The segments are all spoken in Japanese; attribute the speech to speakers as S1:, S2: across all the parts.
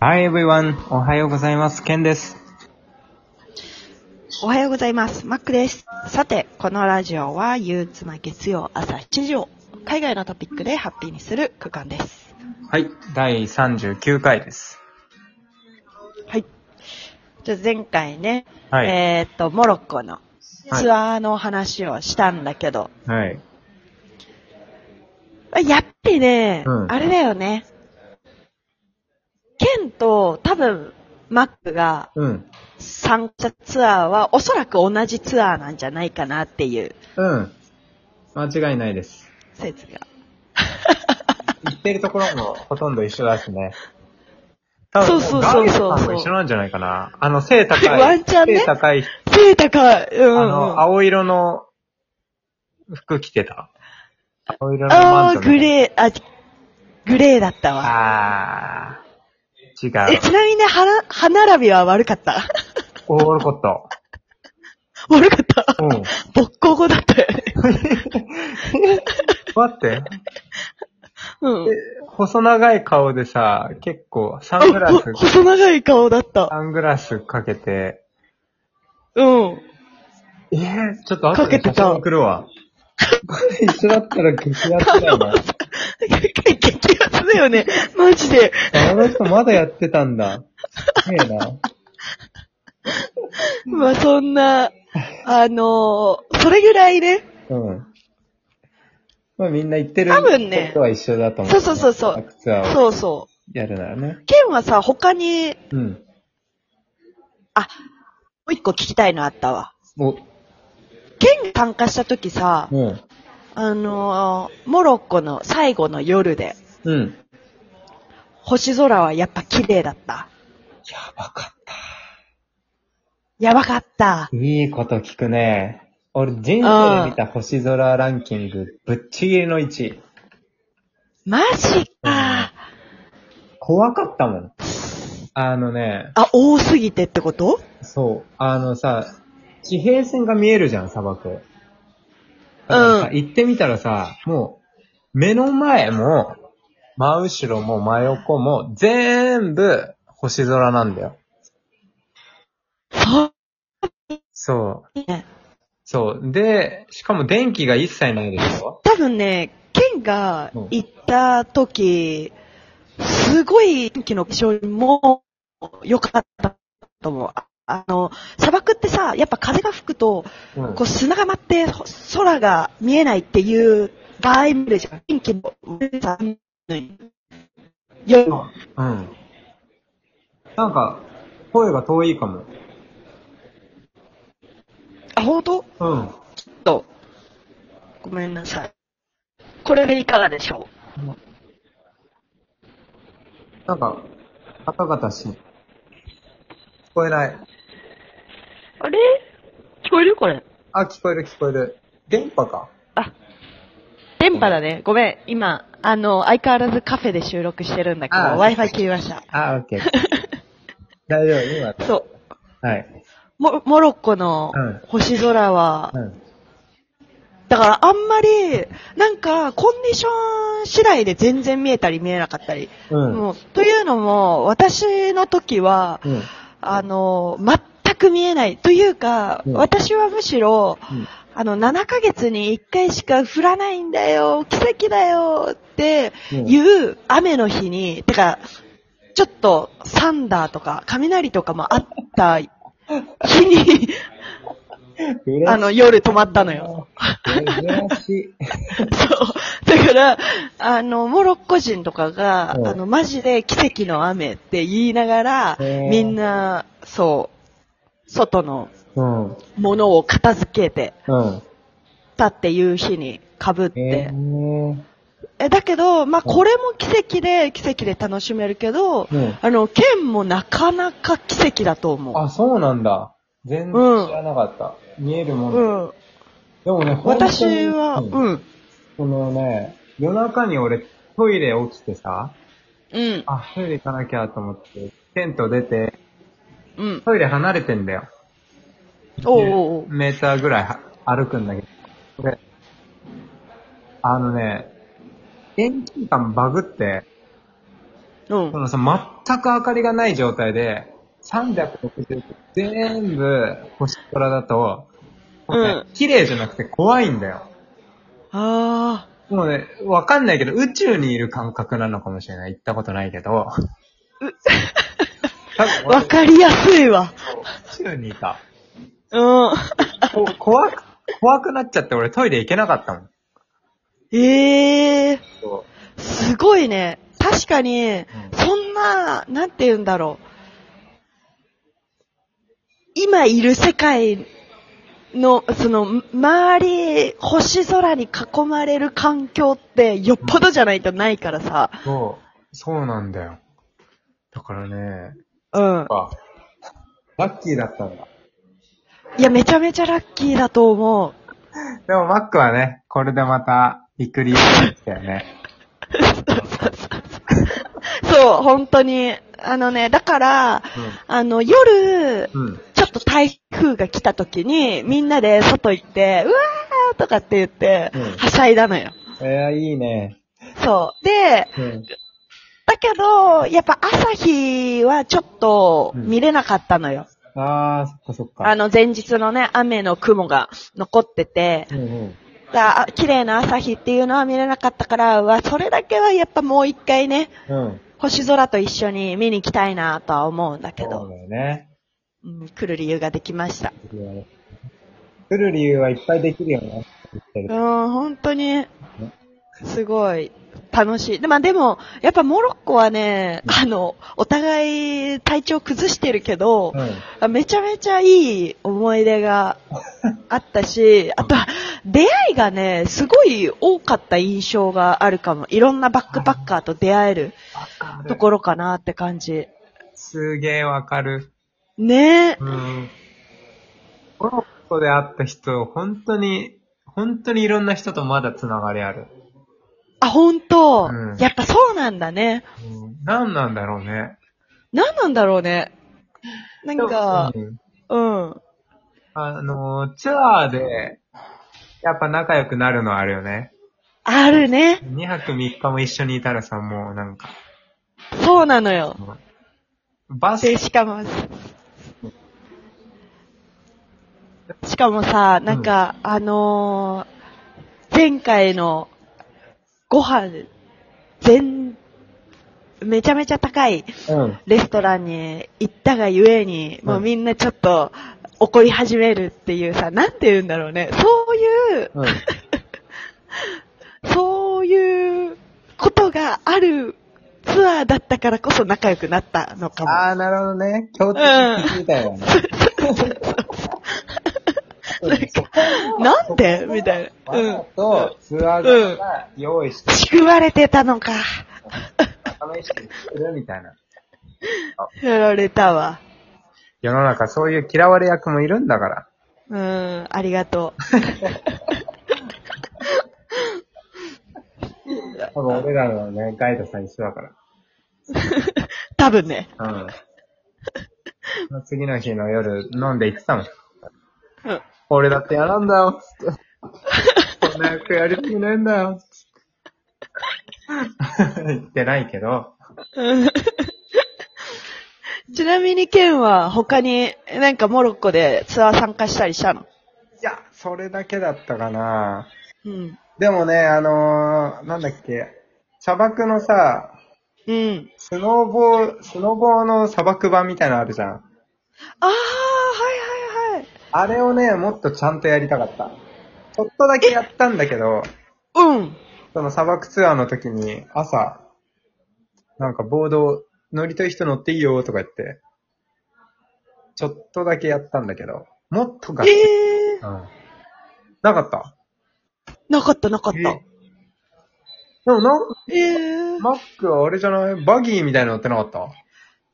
S1: Hi everyone! おはようございます。ケンです。
S2: おはようございます。マックです。さて、このラジオは憂鬱な月曜朝7時を海外のトピックでハッピーにする空間です。
S1: はい。第39回です。
S2: はい。じゃあ前回ね、
S1: はい
S2: えーっと、モロッコのツアーの話をしたんだけど、
S1: はい。
S2: やっぱりね、
S1: うん
S2: あれだよね。ケンと多分マックが
S1: うん。
S2: 参加したツアーはおそらく同じツアーなんじゃないかなっていう
S1: うん。間違いないです。
S2: 説が。
S1: 言ってるところもほとんど一緒だしね。
S2: そうそうそうそう
S1: ガイドさんも一緒なんじゃないかな。あの、背高い。
S2: ワンチャンね
S1: 背高い人。
S2: 背高い。うん、
S1: あ
S2: うん。
S1: の、青色の服着てた。青色のマ
S2: あ
S1: ン
S2: あ
S1: ト
S2: ー、
S1: みたいな。
S2: グレー、あ、グレーだったわ。
S1: あー。違
S2: え、
S1: う。
S2: ちなみにね、はな、歯並びは悪かった。
S1: オールコット。
S2: 悪かった。
S1: うん。
S2: ぼっこ語だったよね。
S1: 待って。
S2: うん。
S1: 細長い顔でさ、結構、サングラ
S2: お
S1: ス、
S2: 細長い顔だった。
S1: サングラスかけて、
S2: うん。
S1: えー、ちょっと後
S2: かけ
S1: で
S2: て
S1: 写
S2: た
S1: 真送るわ。一緒だったら激アツだ よな。
S2: 激アツだよね。マジで。
S1: あの人まだやってたんだ。すげえな。
S2: まあ、そんな、あのーそれぐらいね。
S1: うん。まあみんな言ってる
S2: 多分ね
S1: ことは一緒だと思う。
S2: そうそうそうそう
S1: アクツアーを
S2: そうそ
S1: やるならね
S2: う。。ケンはさ、他に、
S1: うん。
S2: あ、もう一個聞きたいのあったわ。
S1: お、
S2: ケンが参加した時さ、
S1: うん。
S2: あのーモロッコの最後の夜で、
S1: うん。
S2: 星空はやっぱ綺麗だった。
S1: やばかった。
S2: やばかった。
S1: いいこと聞くね。俺人生で見た星空ランキング、ぶっちぎりの1位。
S2: マジか。
S1: 怖かったもん。あのね、
S2: あ、多すぎてってこと
S1: そう、あのさ、地平線が見えるじゃん、砂漠。だからさ
S2: う
S1: 行ってみたらさ、もう、目の前も、真後ろも真横も、全部、星空なんだよ。
S2: そ
S1: そう。
S2: うね。
S1: そう。で、しかも電気が一切ないでしょ
S2: 多分ね、ケンが行った時、すごい天気の気象も良かったと思う。ああの、砂漠ってさ、やっぱ風が吹くと、
S1: うん
S2: こう砂が舞ってほ空が見えないっていう場合もあるじゃん。天気も悪いさ、夜の
S1: うん。なんか、声が遠いかも。
S2: あ、本当
S1: うん。
S2: と、ごめんなさい。これでいかがでしょ
S1: なんか、ガタガタし、聞こえない。
S2: うあれ聞こえるこれ。
S1: あ、聞こえる聞こえる。電波か。
S2: あ、電波だね。ごめん。今、あの、相変わらずカフェで収録してるんだけど、
S1: あ
S2: Wi-Fi 切りました。
S1: あ、オッケー。大丈夫、今。
S2: そう。
S1: はい。
S2: モモロッコの
S1: うん
S2: 星空は、
S1: うん。
S2: だからあんまり、なんか、コンディション次第で全然見えたり見えなかったり。
S1: うん。
S2: もうというのも、私の時は、
S1: うん。
S2: あの、全く見えない。というか、
S1: うん
S2: 私はむしろ、
S1: うん
S2: あの、7ヶ月に1回しか降らないんだよ、奇跡だよっていう雨の日に、てか、ちょっとサンダーとか雷とかもあった日に、あの、夜泊まったのよ。
S1: 珍し い。
S2: そう。だから、あの、モロッコ人とかが、
S1: うん
S2: あの、マジで奇跡の雨って言いながら、
S1: へー
S2: みんな、そう、外の
S1: うん。うん。
S2: ものを片付けてたっていう日に被っ
S1: え
S2: て。え、だけど、まあ、これも奇跡で、奇跡で楽しめるけど、
S1: うん。
S2: あの、剣もなかなか奇跡だと思
S1: あ、そうなんだ。全然知らなかった。見える
S2: う。
S1: もん。
S2: うん。
S1: でもね、本当に
S2: 私は、
S1: うん
S2: うん。
S1: このね、夜中に俺、トイレ起きてさ、
S2: うん。
S1: あ、トイレ行かなきゃと思って、テント出て、
S2: うん。
S1: トイレ離れてんだよ。
S2: おうおうおう
S1: メーターぐらいは歩くんだけど、これ、あのね、遠近感バグって、
S2: うん
S1: そ。のさ、全く明かりがない状態で、360度全部星空だと、もうね
S2: うん
S1: 綺麗じゃなくて怖いんだよ。
S2: あ
S1: もうね、わかんないけど、宇宙にいる感覚なのかもしれない。行ったことないけど。多
S2: あ、
S1: 分
S2: わかりやすいわ。
S1: 宇宙にいた。
S2: うん。
S1: こ怖く、怖くなっちゃって俺トイレ行けなかったもん。
S2: ええ
S1: そ
S2: ー、すごいね。確かに、
S1: う
S2: そんな、なんて言うんだろう。今いる世界の、その、周り、星空に囲まれる環境って、よっぽどじゃないとないからさ。
S1: う。そう。そうなんだよ。だからね、
S2: うん。
S1: あ、ラッキーだったんだ。
S2: いや、めちゃめちゃラッキーだと思う。
S1: でもマックはね、これでまた、びっくりしたよね。
S2: そう、本当に。あのね、だから、あの、夜、
S1: うん。うん。
S2: ちょっと台風が来た時に、みんなで外行って、うわーとかって言って
S1: うん、
S2: はしゃいだのよ。
S1: えー、いいね。
S2: そう。で、
S1: うん。
S2: だけど、やっぱ朝日はちょっと見れなかったのよ。
S1: あー、そっかそっか。
S2: あの、前日のね、雨の雲が残ってて、
S1: うんうん。
S2: だあ綺麗な朝日っていうのは見れなかったから、うわ、それだけはやっぱもう一回ね、
S1: うん。
S2: 星空と一緒に見に行きたいなとは思うんだけ
S1: そう
S2: ど、
S1: だよね。
S2: うん、来る理由ができました。
S1: 来る理由はいっぱいできるよね。
S2: うん、本当に、すごい、楽しい。でまあでも、やっぱモロッコはね、あの、お互い体調崩してるけど、
S1: うん。
S2: あめちゃめちゃいい思い出 があったし、あとは、出会いがね、すごい多かった印象があるかも。いろんなバックパッカーと出会えるところかなって感じ。
S1: すげえわかる。
S2: ねえ。
S1: うん。モロッコで会った人、本当に、本当にいろんな人とまだつながりある。
S2: あ、本当、
S1: うん
S2: やっぱそうなんだね。
S1: うん、何なんだろうね。
S2: 何なんだろうね。なんか、
S1: うん
S2: うん。
S1: あのー、ツアーで、やっぱ仲良くなるのはあるよね。
S2: あるね。
S1: 2泊3日も一緒にいたらさ、もうなんか、
S2: そうなのよ。
S1: バス
S2: で、、しかも、しかもさ、なんか、あのー前回のご飯、全、めちゃめちゃ高い
S1: うん。
S2: レストランに行ったがゆえに、もうみんなちょっと怒り始めるっていうさ、なんて言うんだろうね。そういう、
S1: うん。
S2: そういうことがあるツアーだったからこそ仲良くなったのかも。
S1: あー、なるほどね。共通認識みたいなね。
S2: なんでみたいな。う
S1: わ
S2: ん
S1: ざ。と、ツアー側が用意して、
S2: 仕組まれてたのか。
S1: 試してくるみたいな。
S2: やられたわ。
S1: 世の中そういう嫌われ役もいるんだから。
S2: うん、ありがと
S1: 多分俺らのね、ガイドさん一緒だか
S2: う。多分ね。
S1: ら。うん。次の日の夜、飲んで行ってたもん。
S2: うん。
S1: 俺だってやらんだよ、つって。こんな役やりたくねえんだよ、 つって。言ってないけど、
S2: ちなみに、ケンは他になんかモロッコでツアー参加したりしたの
S1: いや、それだけだったかな
S2: うん。
S1: でもね、あのー、なんだっけ、砂漠のさ、
S2: うん。
S1: スノーボー、スノボーの砂漠版みたいなのあるじゃん。
S2: ああ、はいはいはい。
S1: あれをね、もっとちゃんとやりたかった。ちょっとだけやったんだけど、
S2: うん。
S1: その砂漠ツアーの時に朝、なんかボード、乗りたい人乗っていいよとか言って、ちょっとだけやったんだけど、もっとが、うん。
S2: ええ
S1: なかった。
S2: なかったなかった。
S1: でもなん、
S2: ええ
S1: マックはあれじゃないバギーみたいなの乗ってなかった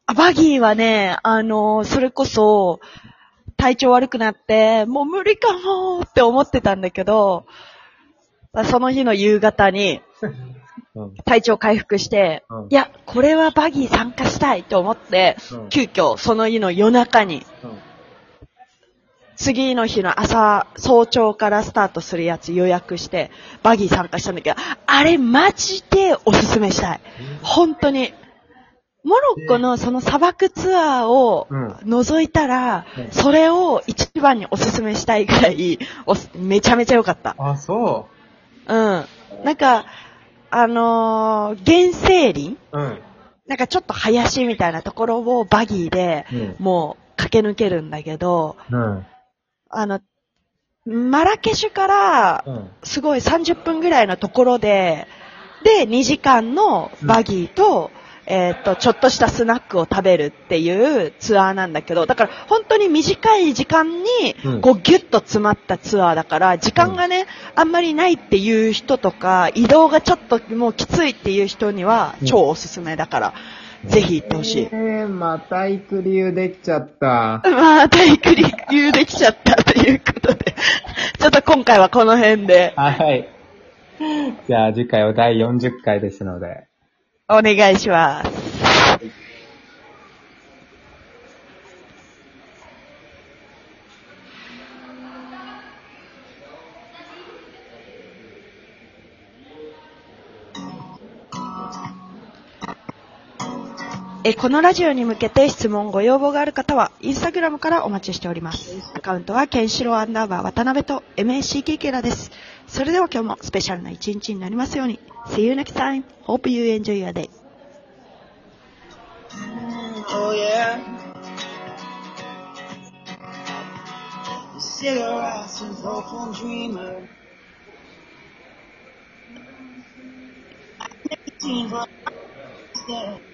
S2: あ、バギーはね、あのーそれこそ、体調悪くなって、もう無理かもーって思ってたんだけど、まあその日の夕方に
S1: うん。
S2: 体調回復して、
S1: うん
S2: いや、これはバギー参加したいと思って、
S1: うん
S2: 急遽その日の夜中に
S1: うん。
S2: 次の日の朝、早朝からスタートするやつ予約して、バギー参加したんだけど、あれマジでおすすめしたい。本当に。モロッコのその砂漠ツアーを
S1: うん
S2: 覗いたら、
S1: うん
S2: それを一番におすすめしたいぐらい、おすめちゃめちゃ良かった。
S1: あ、そ
S2: うん。なんか、あのー原生林
S1: う。うん。
S2: なんかちょっと林みたいなところをバギーで
S1: うん。
S2: もう駆け抜けるんだけど、
S1: うん。
S2: あの、マラケシュから
S1: うん。
S2: すごい30分ぐらいのところで、で、2時間のバギーと、えーっと、ちょっとしたスナックを食べるっていうツアーなんだけど、だから本当に短い時間に
S1: うん、
S2: こうギュッと詰まったツアーだから、時間がね、あんまりないっていう人とか、移動がちょっともうきついっていう人には
S1: うん
S2: 超おすすめだから、ぜひ行ってほしい
S1: え。ー、また行く理由できちゃった。
S2: まあ、大クリ流できちゃったということで、ちょっと今回はこの辺で
S1: はい。じゃあ次回は第40回ですので。
S2: お願いします。え、このラジオに向けて質問、ご要望がある方は、インスタグラムからお待ちしております。アカウントは、ケンシロウアンダーバー渡辺と MACK ケラです。それでは今日もスペシャルな一日になりますように。See you next time. Hope you enjoy your day.
S3: Oh yeah. Cigarettes and vocal dreamer. Nicotine, but I'm scared.